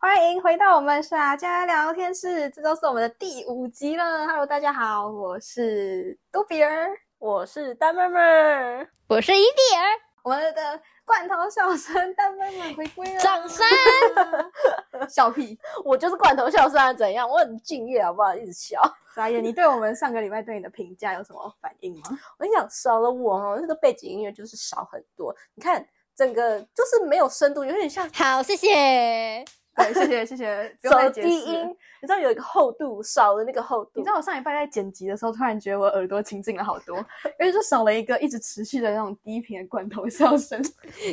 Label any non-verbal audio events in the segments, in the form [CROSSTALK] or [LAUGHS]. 欢迎回到我们傻家聊天室，这就是我们的第五集了。Hello，大家好，我是杜比儿，我是丹妹妹，我是伊蒂尔，我们的罐头笑声丹妹妹回归了，掌声！笑屁！我就是罐头笑声，怎样？我很敬业，好不好？一直笑。傻眼，你对我们上个礼拜对你的评价有什么反应吗？ [LAUGHS] 我跟你讲，少了我哦，那个背景音乐就是少很多。你看，整个就是没有深度，有点像好，谢谢。对，谢谢谢谢，不用走再解低释音了。，你知道有一个厚度，少了那个厚你知。度道我上礼拜在剪辑的时候，突然觉得我耳朵清静了好多，因为就少了一个一直持续的那种低频的罐头笑声。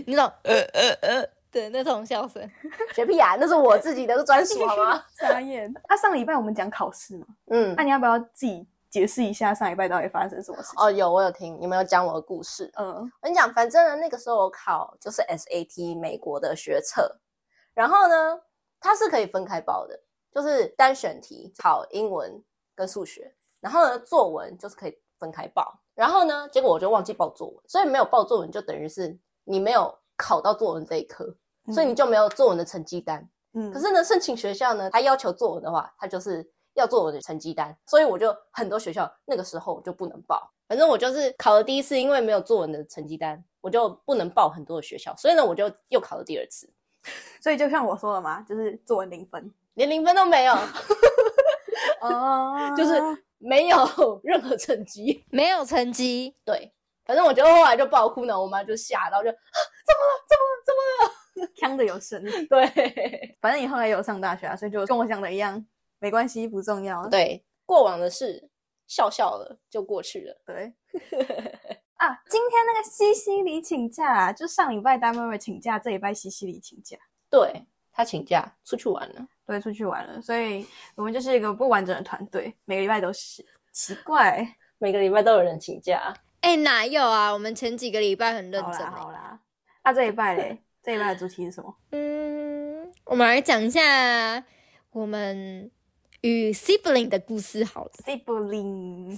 你那种呃呃呃的那种笑声， [LAUGHS] 学屁啊，那是我自己的专 [LAUGHS] 属，好吗？傻眼！啊，上礼拜我们讲考试嘛，嗯那、，你要不要自己解释一下上礼拜到底发生什么事情？哦，有我有听，你们有讲我的故事。嗯，我跟你讲，反正呢，那个时候我考就是 SAT 美国的学测，然后呢，它是可以分开报的，就是单选题考英文跟数学，然后呢，作文就是可以分开报。然后呢，结果我就忘记报作文，所以没有报作文就等于是你没有考到作文这一科，所以你就没有作文的成绩单。嗯，可是呢，申请学校呢，他要求作文的话，他就是要作文的成绩单，所以我就很多学校那个时候我就不能报。反正我就是考了第一次，因为没有作文的成绩单，我就不能报很多的学校，所以呢，我就又考了第二次，所以就像我说的嘛，就是作文零分，连零分都没有，[LAUGHS] [LAUGHS] 哦就是没有 [LAUGHS] 任何成绩。没有成绩，对，反正我就后来就爆哭呢，我妈就吓到 [LAUGHS] 就，[LAUGHS] 呛的有声。对 [LAUGHS] 反正你后来有上大学啊，所以就跟我想的一样，没关系，不重要。对，过往的事笑笑了就过去了。对。 [LAUGHS] 啊，今天那个西西里请假啊，就上礼拜丹妹妹请假，这礼拜西西里请假，对她请假出去玩了，对，出去玩了，所以我们就是一个不完整的团队，每个礼拜都是奇怪。每个礼拜都有人请假。哎，哪有啊？我们前几个礼拜很认好真啦欸。好啦，那、这一拜嘞，这一拜的主题是什么？嗯，我们来讲一下我们与 sibling 的故事好了。 sibling，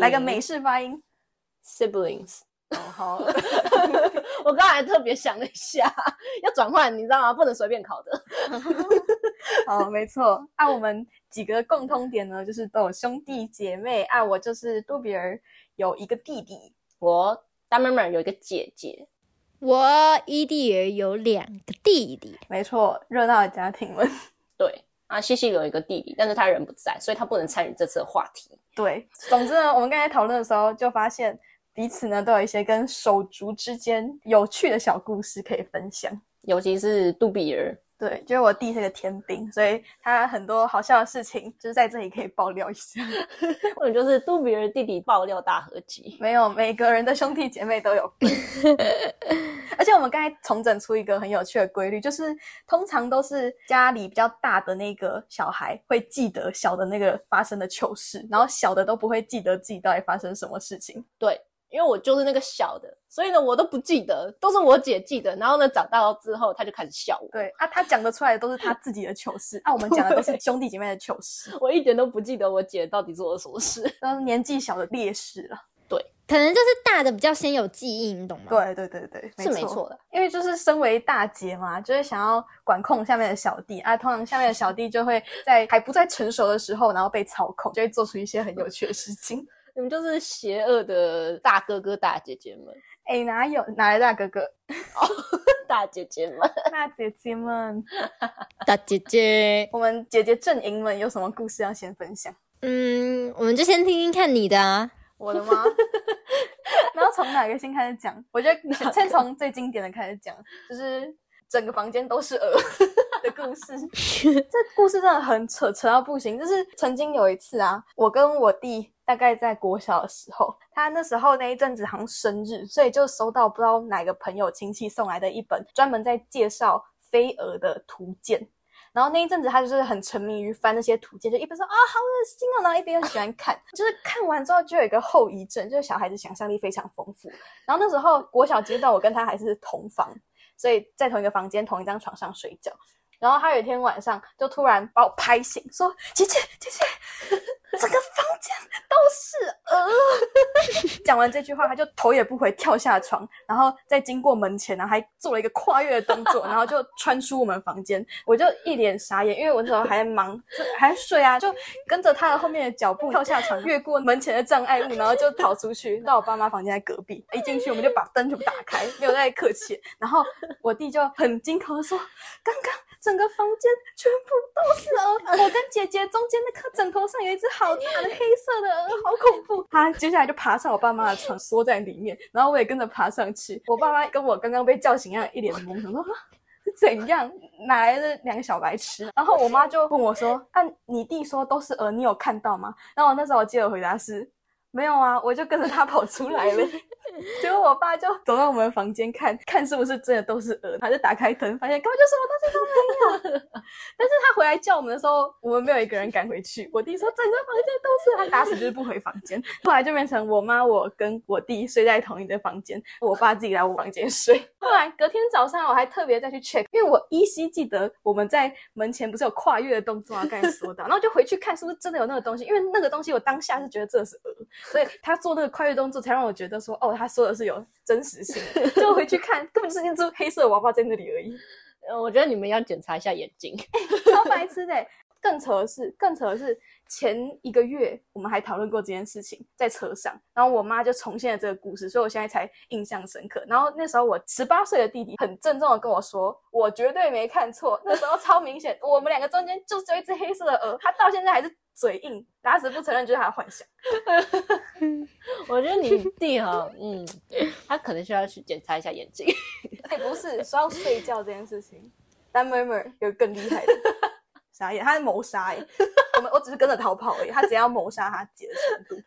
[LAUGHS] 来个美式发音。 siblings。哦，好， [LAUGHS] [LAUGHS] 我刚才特别想了一下， [LAUGHS] 要转换，你知道吗？不能随便考的。好，没错。啊，我们几个共通点呢，就是都有兄弟姐妹。啊，我就是杜比尔有一个弟弟，我大妹妹有一个姐姐，我伊蒂尔有两个弟弟，没错，热闹的家庭了。对啊，西西有一个弟弟，但是他人不在，所以他不能参与这次的话题。 [LAUGHS] 对，总之呢，我们刚才讨论的时候就发现，彼此呢都有一些跟手足之间有趣的小故事可以分享。尤其是杜比尔，对，就是我弟是个天兵，所以他很多好笑的事情，就是在这里可以爆料一下。或者就是杜比尔弟弟爆料大合集。没有，每个人的兄弟姐妹都 [LAUGHS] 有份。而且我们刚才重整出一个很有趣的规律，就是通常都是家里比较大的那个小孩会记得小的那个发生的糗事，然后小的都不会记得自己到底发生什么事情。对，因为我就是那个小的，所以呢，我都不记得，都是我姐记得。然后呢，长大了之后，他就开始笑我， [LAUGHS] 对啊，他讲得出来的都是他自己的糗事，啊，我们讲的都是兄弟姐妹的糗 [LAUGHS] 事，我一点都不记得我姐到底做了什么事。都是年纪小的劣势了。可能就是大的比较先有记忆，你懂吗？，对对对对，是没错的，因为就是身为大姐嘛，就是想要管控下面的小弟啊。通常下面的小弟就会在还不在成熟的时候，然后被操控，就会做出一些很有趣的事情。你们就是邪恶的大哥哥、大姐姐们。哎，哪有哪来大哥哥、大姐姐们，大姐姐们？大姐姐，我们姐姐阵营们有什么故事要先分享？嗯，我们就先听听看你的啊。 [LAUGHS] 我的吗？ [LAUGHS] 然后从哪个先开始讲？我觉得先先从最经典的开始讲，就是整个房间都是鹅 [LAUGHS] 的故事。这故事真的很扯，扯到不行。就是曾经有一次啊，我跟我弟大概在国小的时候，他那时候那一阵子好像生日，所以就收到不知道哪个朋友亲戚送来的一本专门在介绍飞蛾的图鉴。然后那一阵子，他就是很沉迷于翻那些图鉴，就一边说啊好恶心哦，然后一边又喜欢看，就是看完之后就有一个后遗症，就是小孩子想象力非常丰富。然后那时候国小阶段，我跟他还是同房，所以在同一个房间、同一张床上睡觉。然后他有一天晚上就突然把我拍醒，说：“姐姐，姐姐，整个房间都是鹅。 [LAUGHS] 讲完这句话，他就头也不回跳下床，然后再经过门前呢，然后还做了一个跨越的动作，然后就穿出我们房间。我就一脸傻眼，因为我那时候还忙，就还睡啊，就跟着他的后面的脚步跳下床，越过门前的障碍物，然后就跑出去。到我爸妈房间在隔壁，一进去我们就把灯全部打开，没有再客气。然后我弟就很惊恐的说：“刚刚整个房间全部都是鹅，我跟姐姐中间那颗枕头上有一只好大的黑色的鹅，好恐怖！”他接下来就爬上我爸妈的床，缩在里面，然后我也跟着爬上去。我爸妈跟我刚刚被叫醒一样，一脸懵，想说。啊怎样？哪来的两个小白痴？然后我妈就问我说：“啊，你弟说都是鹅，你有看到吗？”然后我那时候我记得回答是：“没有啊，我就跟着他跑出来了。”结果我爸就走到我们房间看看是不是真的都是鹅，他就打开灯，发现根本就什么东西都 [LAUGHS] 但是他回来叫我们的时候，我们没有一个人敢回去。我弟说整个房间都是，他打死就是不回房间。 [LAUGHS] 后来就变成我妈、我跟我弟睡在同一个房间，我爸自己来我房间睡。后来隔天早上，我还特别再去 check，因为我依稀记得我们在门前不是有跨越的动作啊，刚才说到，然后就回去看是不是真的有那个东西，因为那个东西我当下是觉得这是鹅，所以他做那个跨越动作才让我觉得说，哦，他说的是有真实性的。 [LAUGHS] 结果回去看，根本就是那只黑色的娃娃在那里而已。呃 [LAUGHS] 我觉得你们要检查一下眼 [LAUGHS] 睛。超白痴的欸、更扯的是，更扯的是，前一个月我们还讨论过这件事情，在车上，然后我妈就重现了这个故事，所以我现在才印象深刻。然后那时候我十八岁的弟弟很郑重的跟我说，我绝对没看错，那时候超明显，我们两个中间就是有一只黑色的鹅，他到现在还是嘴硬，打死不承认就是他的幻想。我觉得你弟哈， [LAUGHS] 嗯，他可能需要去检查一下眼睛。 [LAUGHS] [LAUGHS] 哎、不是说到睡觉这件事情，但妹妹有更厉害的， [LAUGHS] 傻眼，他在谋杀哎、 [LAUGHS] 我们我只是跟着逃跑而已，他只要谋杀他姐的程度。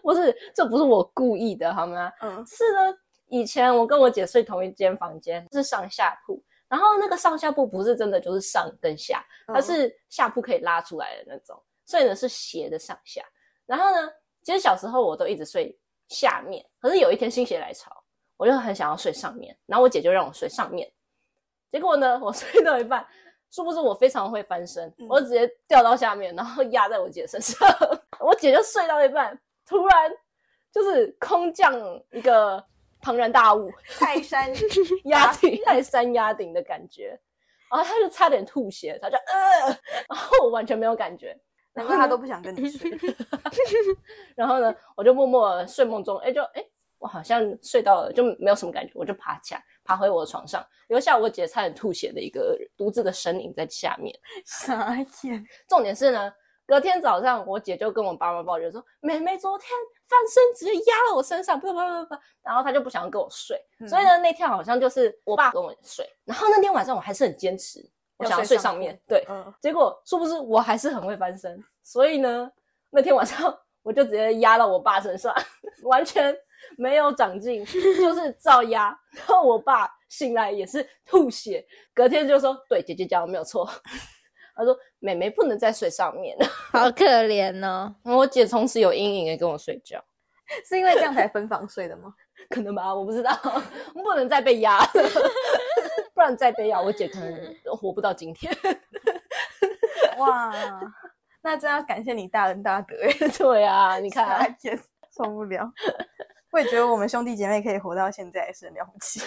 不是，这不是我故意的，好吗？ [LAUGHS] 嗯，是呢，以前我跟我姐睡同一间房间，是上下铺。然后那个上下铺不是真的就是上跟下，它嗯是下铺可以拉出来的那种，所以呢是斜的上下。然后呢，其实小时候我都一直睡下面，可是有一天心血来潮，我就很想要睡上面，然后我姐就让我睡上面。结果呢，我 [LAUGHS] 睡到一半，殊不知我非常会翻身，嗯我直接掉到下面，然后压在我姐身上。 [LAUGHS] 我姐就睡到一半，突然就是空降一个庞然大物，泰山压 [LAUGHS] 顶在山压顶的感觉，然后他就差点吐血，他就呃，然后我完全没有感觉， [LAUGHS] 难怪他都不想 [LAUGHS] 跟你睡。然后呢，我就默默地睡梦中，哎，就哎，我好像睡到了，就没有什么感觉，我就爬起来，爬回我的床上，留下我姐差点吐血的一个独自的身影在下面。傻眼，重点是呢，隔天早上我姐就跟我爸妈抱怨说，妹妹昨天翻身直接压到我身上，啪啪啪啪啪，然后她就不想要跟我睡，嗯所以呢，那天好像就是我爸跟我睡，然后那天晚上我还是很坚持，我要想要睡睡上上面，对， [LAUGHS] 嗯，结果殊不知我还是很会翻身，所以呢，那天晚上我就直接压到我爸身上， [LAUGHS] 完全没有长进，就是照压。然后我爸醒来也是吐血，隔天就说：“对，姐姐讲的没有错。” [LAUGHS] 他说：“妹妹不能再睡上面。 [LAUGHS] 好可怜哦”。我姐从此有阴影的跟我睡觉，是因为这样才分房睡的吗？可能吧，我不知道， [LAUGHS] 不能再被压了， [LAUGHS] 不然再被压，我姐可能活不到今天。 [LAUGHS] [LAUGHS] 哇， [LAUGHS] 那真要感谢你大恩大德哎，对啊，你看、傻眼，受不了。我也觉得我们兄弟姐妹可以活到现在也是很了不起。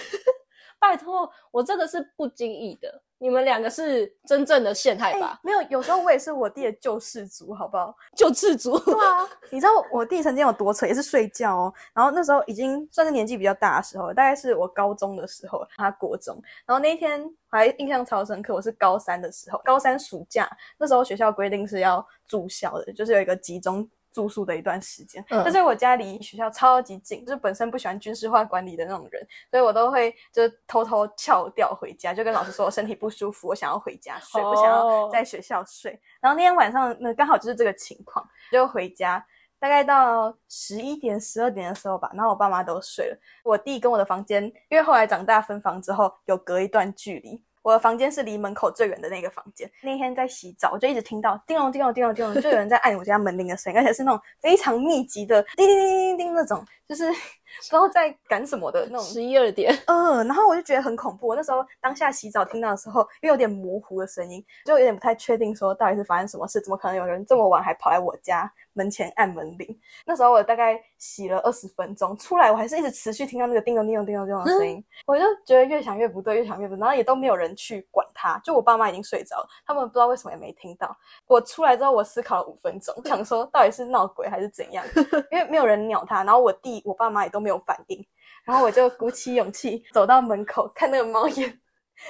拜托，我这个是不经意的，你们两个是真正的陷害吧？哎没有，有时候我也是我弟的救世主，好不好？救世主，对啊，你知道我弟曾经有多扯，也是睡觉哦。然后那时候已经算是年纪比较大的时候了，大概是我高中的时候，他国中。然后那一天我还印象超深刻，我是高三的时候，高三暑假那时候学校规定是要住校的，就是有一个集中。住宿的一段时间，嗯但是我家离学校超级近，就是本身不喜欢军事化管理的那种人，所以我都会就是偷偷翘掉回家，就跟老师说我身体不舒服，我想要回家睡，不想要哦在学校睡。然后那天晚上呢，刚好就是这个情况，就回家，大概到十一点、十二点的时候吧，然后我爸妈都睡了。我弟跟我的房间，因为后来长大分房之后，有隔一段距离。我的房间是离门口最远的那个房间。那天在洗澡，我就一直听到叮咚叮咚叮咚叮咚，就有人在按我家门铃的声音，而且是那种非常密集的叮叮叮叮叮那种，就是 [LAUGHS] 知道在赶什么的那种十一二点， [LAUGHS] 嗯、然后我就觉得很恐怖。我那时候当下洗澡听到的时候，因为有点模糊的声音，就有点不太确定说到底是发生什么事，怎么可能有人这么晚还跑来我家门前按门铃？那时候我大概洗了二十分钟，出来我还是一直持续听到那个叮咚叮咚叮咚叮咚的声音，我就觉得越想越不对，越想越不对，然后也都没有人去管它，就我爸妈已经睡着了，他们不知道为什么也没听到。我出来之后，我思考了五分钟，想说到底是闹鬼还是怎样，因为没有人鸟它，然后我弟、我爸妈也都没有反应。然后我就鼓起勇气走到门口看那个猫眼，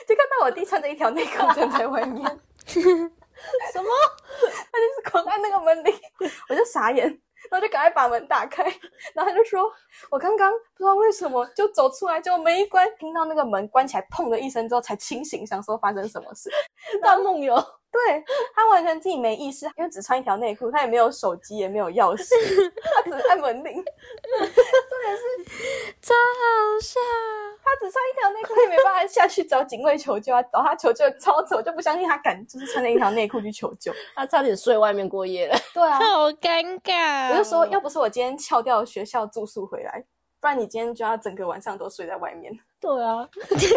就看到我弟穿着一条内裤站在外面，什么？他就是狂按那个门铃，我就傻眼，然后就赶快把门打开，然后他就说：“我刚刚不知道为什么就走出来，就门一关，听到那个门关起来砰的一声之后才清醒，想说发生什么事。”大梦游，对他完全自己没意识，因为只穿一条内裤，他也没有手机，也没有钥匙，他只按门铃。超好笑。他只穿一条内裤，也没办法下去找警卫求救啊，找他求救超扯，我就不相信他敢就是穿着一条内裤去求救。他差点睡外面过夜了。对啊，好尴尬哦、我就说，要不是我今天翘掉学校住宿回来，不然你今天就要整个晚上都睡在外面。对啊，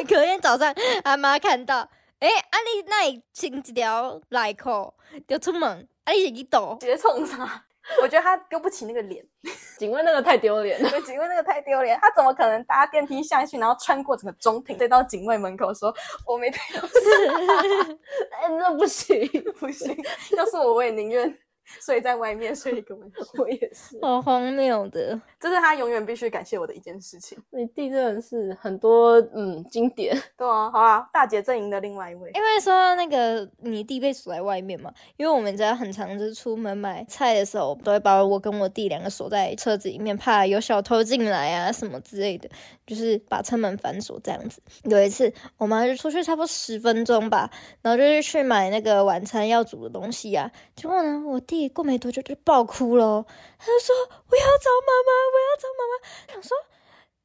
隔天早上阿妈看到，诶，啊你那你穿一条内裤就出门，啊你是去倒直，接冲啥？啊我觉得他丢不起那个脸， [LAUGHS] 警卫那个太丢脸了。对警卫那个太丢脸，他怎么可能搭电梯下去，然后穿过整个中庭，再到警卫门口说我没带钥匙，哎、那不行，不行， [LAUGHS] 要是我我也宁愿睡在外面睡一个晚上。我也是。好荒谬的。这是他永远必须感谢我的一件事情。你弟真的是很多嗯经典，对啊，好啊，大姐阵营的另外一位。因为说到那个你弟被锁在外面嘛，因为我们家很常就是出门买菜的时候，都会把我跟我弟两个锁在车子里面，怕有小偷进来啊什么之类的，就是把车门反锁这样子。有一次，我妈就出去差不多十分钟吧，然后就是去买那个晚餐要煮的东西啊，结果呢，我弟过没多久就爆哭了哦，他就说我要找妈妈，我要找妈妈，想说。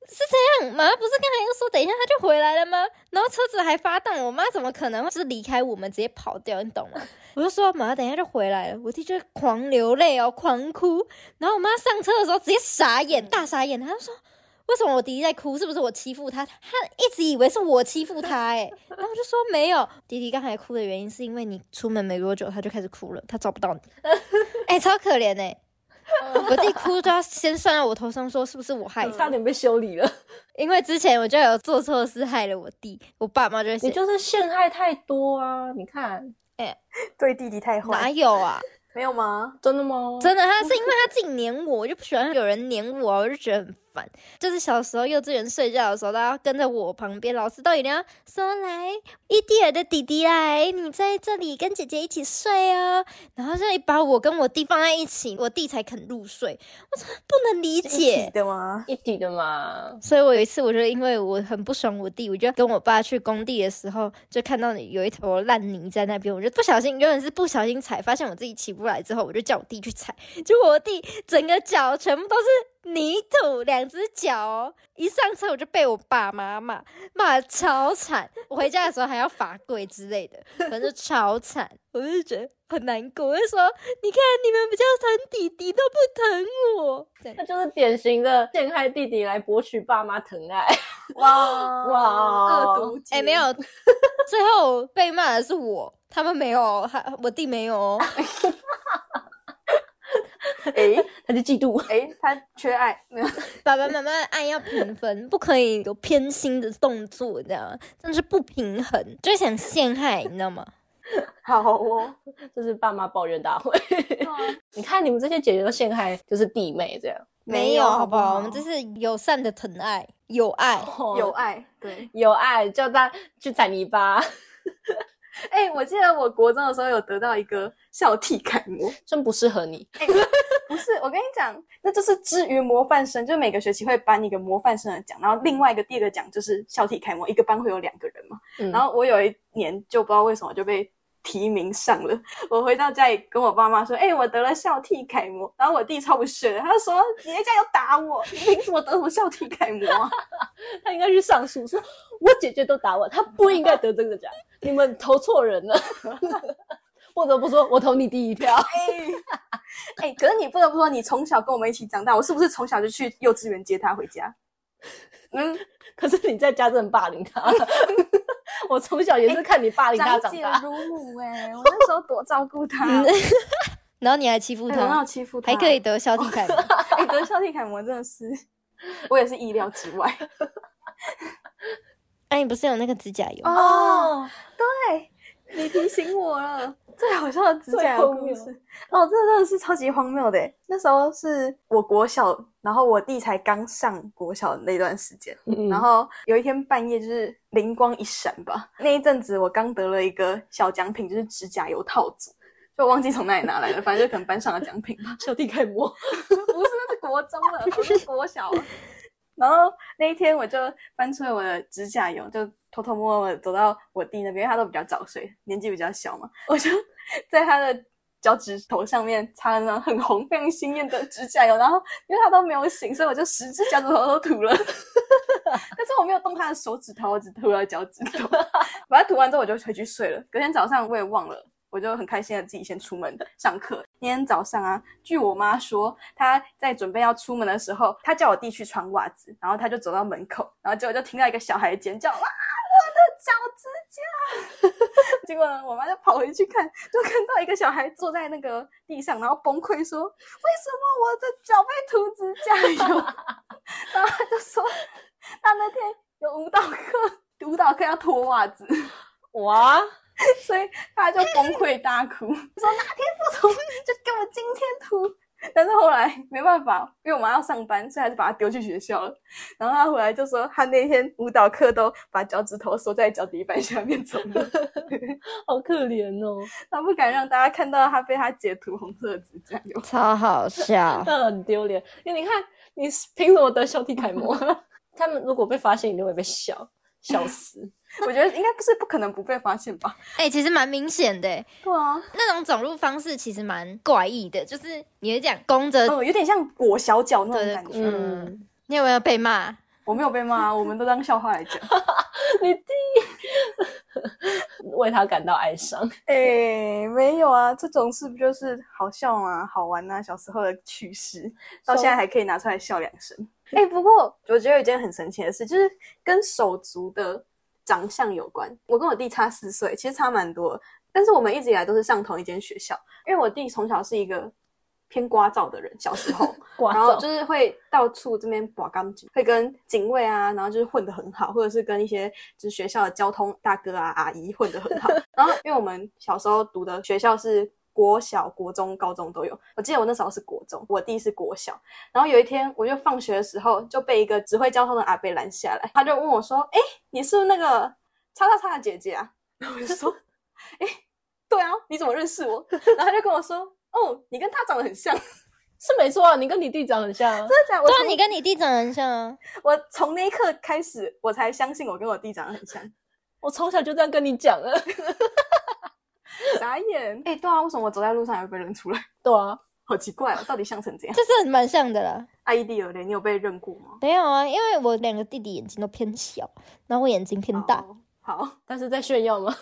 是这样，妈妈不是刚才又说等一下他就回来了吗？然后车子还发动，我妈怎么可能是离开我们直接跑掉？你懂吗？我就说妈，等一下就回来了。我弟就狂流泪哦，狂哭。然后我妈上车的时候直接傻眼，大傻眼，她就说为什么我弟弟在哭？是不是我欺负他？他一直以为是我欺负他哎、然后我就说没有，弟弟刚才哭的原因是因为你出门没多久他就开始哭了，他找不到你，哎、超可怜哎、我弟哭都要先算到我头上，说是不是我害的？差点被修理了。因为之前我就有做错事害了我弟，我爸妈就会你写就是陷害太多啊！你看，对弟弟太哪坏，有啊？没有吗？真的吗？真的，他是因为他自己黏我，我就不喜欢有人黏我，啊我就觉得很烦。就是小时候幼稚园睡觉的时候，大家跟在我旁边，老师都一定要说来伊蒂尔的弟弟来，你在这里跟姐姐一起睡哦。然后这里把我跟我弟放在一起，我弟才肯入睡，我真的不能理姐解。的吗？一体的嘛，所以我有一次，我就因为我很不爽我弟，我就跟我爸去工地的时候，就看到有一坨烂泥在那边，我就不小心，原本是不小心踩，发现我自己起不来之后，我就叫我弟去踩， [LAUGHS] 结果我弟整个脚全部都是泥土，两只脚哦。一上车我就被我爸妈骂，骂得超惨，我回家的时候还要罚跪之类的，反正就超惨，我就觉得很难过，我就说你看你们比较疼弟弟都不疼我， [LAUGHS] 这样那就是典型的陷害弟弟来博取爸妈疼爱。 [LAUGHS] 哇哦哇恶毒姐！哎、没有，最后被骂的是我，他们没有，他我弟没 [LAUGHS] 有哦。哎他就嫉妒。哎，他缺爱，没有爸爸妈妈的爱要平分， [LAUGHS] 不可以有偏心的动作，你知道吗？真的是不平衡，就是想陷害，你知道吗？好哦。这是爸妈抱怨大会。啊 [LAUGHS] 你看你们这些姐姐都陷害就是弟妹这样，没有好不好不好我们这是友善的疼爱，友爱。哦有爱， [LAUGHS] 对。有爱叫他去踩泥巴，哎，我记得我国中的时候有得到一个孝悌楷模， [LAUGHS] 真不适合你。不是，我跟你讲，那就是之于模范生，就每个学期会颁一个模范生的奖，然后另外一个第二个奖就是校体楷模，一个班会有两个人嘛。嗯然后我有一年就不知道为什么就被提名上了， [LAUGHS] 我回到家里跟我爸妈说：“哎、我得了校体楷模。”然后我弟超不屑的，他就说：“你在家有打我， [LAUGHS] 你凭什么得什么校体楷模啊 [LAUGHS] 他应该去上诉，说 [LAUGHS] 我姐姐都打我，他不应该得这个奖，你们投错人了。 [LAUGHS] 不得不说，我投你第一票。哎、可是你不得不说，你从小跟我们一起长大，我是不是从小就去幼稚园接他回家？嗯，可是你在家真的霸凌他， [LAUGHS] 我从小也是看你霸凌他长长姐大。如母哎、我那时候多照顾他，哎然后你还欺负我哪有他，欺负他，还可以。得消停感。 [LAUGHS] 哎、得孝悌楷模真的是，我也是意料之外。哎，你不是有那个指甲油？哦，对，你提醒我了。 [LAUGHS] 最好笑的指甲油故最事哦，这真的是超级荒谬的耶。那时候是我国小，然后我弟才刚上国小的那段时间，嗯然后有一天半夜就是灵光一闪吧，那一阵子我刚得了一个小奖品，就是指甲油套组，就忘记从哪里拿来了，反正就可能班上的奖品吧。小弟开摸，不是，那是国中 [LAUGHS] 了，不是国小了。然后那一天我就翻出了我的指甲油，就偷偷摸摸地走到我弟那边，因为他都比较早睡，年纪比较小嘛， [LAUGHS] 我就在他的脚趾头上面擦了那种很红、非常鲜艳的指甲油。然后因为他都没有醒，所以我就十只脚趾头都涂了， [LAUGHS] 但是我没有动他的手指头，我只涂了脚趾头。 [LAUGHS] 把它涂完之后，我就回去睡了。隔天早上我也忘了，我就很开心的自己先出门上课。今天早上啊，据我妈说，她在准备要出门的时候，她叫我弟去穿袜子，然后她就走到门口，然后结果就听到一个小孩尖叫：“哇，我的脚指甲！” [LAUGHS] 结果呢，我妈就跑回去看，就看到一个小孩坐在那个地上，然后崩溃说：“为什么我的脚被涂指甲油？” [LAUGHS] 然后她就说：“她那天有舞蹈课，舞蹈课要脱袜子。”哇，所以他就崩溃大哭， [LAUGHS] 说哪天不涂就给我今天涂。但是后来没办法，因为我妈要上班，所以还是把他丢去学校了。然后他回来就说，他那天舞蹈课都把脚趾头缩在脚底板下面走路， [LAUGHS] 好可怜哦，他不敢让大家看到他被他截图红色的指甲油。超好笑。那很丢脸。因为你看，你凭什么得小弟楷 [LAUGHS] 模？他们如果被发现，一定会被笑笑死。我觉得应该不是不可能不被发现吧？ [LAUGHS] 哎、其实蛮明显的欸，对啊，那种走路方式其实蛮怪异的，就是你会这样弓着，嗯，有点像裹小脚那种对对感觉。嗯嗯，你有没有被骂？我没有被骂，啊我们都当笑话来讲。 [LAUGHS] 你弟为他感到哀伤。哎、没有啊，这种事不就是好笑啊、好玩啊，小时候的趣事，到现在还可以拿出来笑两声。哎、不过我觉得有一件很神奇的事，就是跟手足的长相有关。我跟我弟差四岁，其实差蛮多的，但是我们一直以来都是上同一间学校，因为我弟从小是一个偏聒噪的人，小时候。刮然后走就，是会到处这边把钢琴，会跟警卫啊，然后就是混得很好，或者是跟一些就是学校的交通大哥啊、阿姨混得很好。 [LAUGHS] 然后因为我们小时候读的学校是国小、国中、高中都有，我记得我那时候是国中，我弟是国小。然后有一天我就放学的时候就被一个指挥交通的阿伯拦下来，他就问我说：“哎，你是不是那个叉叉叉的姐姐啊？” [LAUGHS] 然后我就说：“哎，对啊，你怎么认识我？” [LAUGHS] 然后他就跟我说：“哦，你跟他长得很像。” [LAUGHS] 是没错啊，你跟你弟长得很像啊。真的假的？我对啊，从你跟你弟长得很像啊。我从那一刻开始，我才相信我跟我弟长得很像。我从小就这样跟你讲啊了。傻眼！哎、对啊，为什么我走在路上也会被认出来？ [LAUGHS] 对啊，好奇怪哦，到底像成这样？这是蛮像的啦。阿姨弟有嘞，你有被认过吗？没有啊，因为我两个弟弟眼睛都偏小，然后我眼睛偏大，哦好，但是在炫耀吗？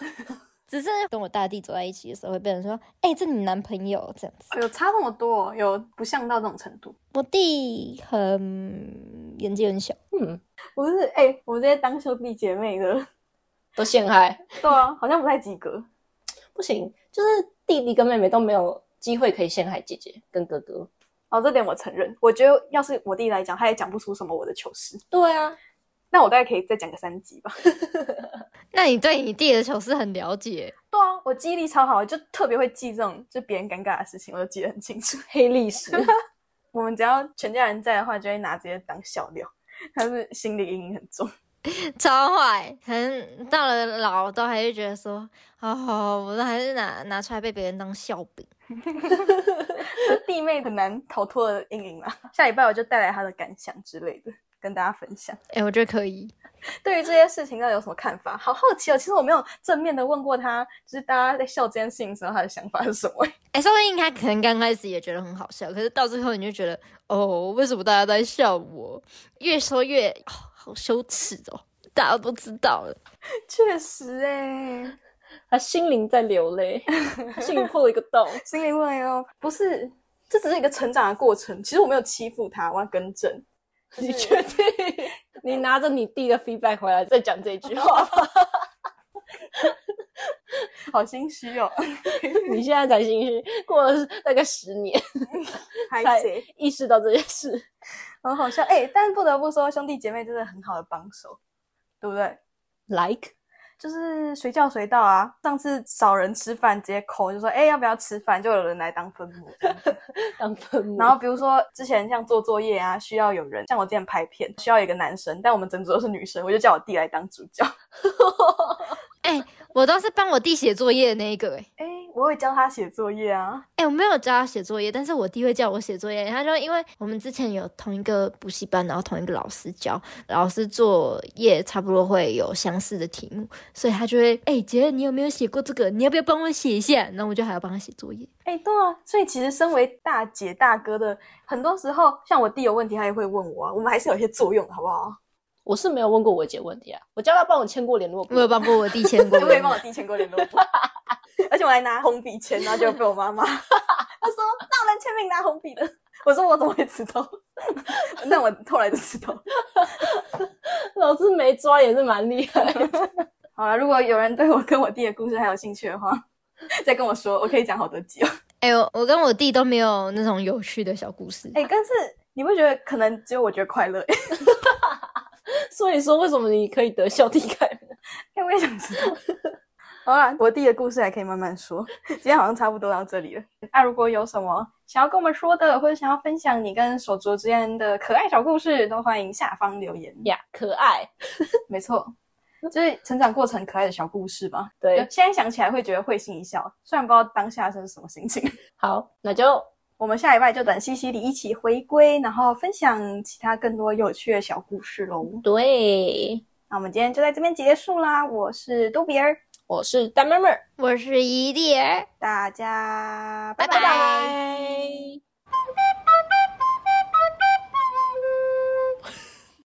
只是跟我大弟走在一起的时候会被人说：“哎、这你男朋友这样子。有哎差那么多、哦，有不像到这种程度。”我弟很眼睛很小，嗯，不是，哎、我们这些当兄弟姐妹的，都陷害。对啊，好像不太及格。不行，就是弟弟跟妹妹都没有机会可以陷害姐姐跟哥哥。哦，这点我承认。我觉得要是我弟来讲，他也讲不出什么我的糗事。对啊，那我大概可以再讲个三集吧。那你对你弟的糗事很了解，对啊，我记忆力超好，我就特别会记这种就别人尴尬的事情，我都记得很清楚。黑历 [LAUGHS] 史。我们只要全家人在的话，就会拿这些当笑料。 [LAUGHS] 他是心理阴影很重， [LAUGHS] 超坏，可能到了老都还是觉得说：“哦，我都还是拿拿出来被别人当笑柄。就弟妹很难逃脱的阴影啦。 [LAUGHS] 下礼拜我就带来他的感想之类的，跟大家分享。 [LAUGHS] 哎，我觉得可以。对于这些事情，到底有什么看法？好好奇哦。其实我没有正面的问过他，就是大家在笑这件事情的时候，他的想法是什么。 [LAUGHS] 哎、说不定他可能刚开始也觉得很好笑，可是到最后你就觉得，哦，为什么大家都在笑我？越说越、哦好羞耻哦，大家都知道了。确实哎、他心灵在流泪，他心灵破了一个洞。心里问哟，不是，这只是一个成长的过程。其实我没有欺负他，我要更正。你确定？ [LAUGHS] 你拿着你弟的 feedback 回来再讲这句话吧？好心虚哦， [LAUGHS] 你现在才心虚，过了大概十年还才行，意识到这件事。很好笑。哎、但不得不说，兄弟姐妹真的很好的帮手，对不对？ Like，就是随叫随到啊。上次少人吃饭，直接口就说：“哎、要不要吃饭？”就有人来当分母。当分 [LAUGHS] 母，然后比如说之前像做作业啊，需要有人，像我之前拍片需要一个男生，但我们整组都是女生，我就叫我弟来当主角。 [LAUGHS] 我倒是帮我弟写作业的那一个、欸，诶哎、我会教他写作业啊。哎、我没有教他写作业，但是我弟会叫我写作业。他就因为我们之前有同一个补习班，然后同一个老师教，老师作业差不多会有相似的题目，所以他就会，哎、姐，你有没有写过这个？你要不要帮我写一下？然后我就还要帮他写作业。哎、对啊，所以其实身为大姐大哥的，很多时候像我弟有问题，他也会问我啊，我们还是有一些作用的，好不好？，我是没有问过我姐问题啊，我叫她帮我签过联络簿我。有帮过我弟签过 [LAUGHS] 我也帮我弟签过联络簿， [LAUGHS] 而且我还拿红笔签，然后就被我妈骂。 [LAUGHS] 她说：“那我来签名拿红笔的。” [LAUGHS] 我说：“我怎么会知道？” [LAUGHS] 但我后来就知道。 [LAUGHS] 老师没抓也是蛮厉害 [LAUGHS] 的。好了，如果有人对我跟我弟的故事还有兴趣的话， [LAUGHS] 再跟我说，我可以讲好多集哦。哎、呦，我跟我弟都没有那种有趣的小故事。 [LAUGHS] 哎、但是你会觉得可能只有我觉得快乐、哎、所以说，为什么你可以得校地改？我也想知道。好啦，我弟的故事还可以慢慢说。今天好像差不多到这里了。那、如果有什么想要跟我们说的，或者想要分享你跟手镯之间的可爱小故事，都欢迎下方留言。呀，可爱。没错，就是成长过程可爱的小故事吧。对，现在想起来会觉得会心一笑，虽然不知道当下是什么心情。 [LAUGHS] 好，那就我们下礼拜就等西西里一起回归，然后分享其他更多有趣的小故事喽。对。那我们今天就在这边结束啦。我是杜比尔，我是丹妹妹儿，我是一弟儿，大家拜拜拜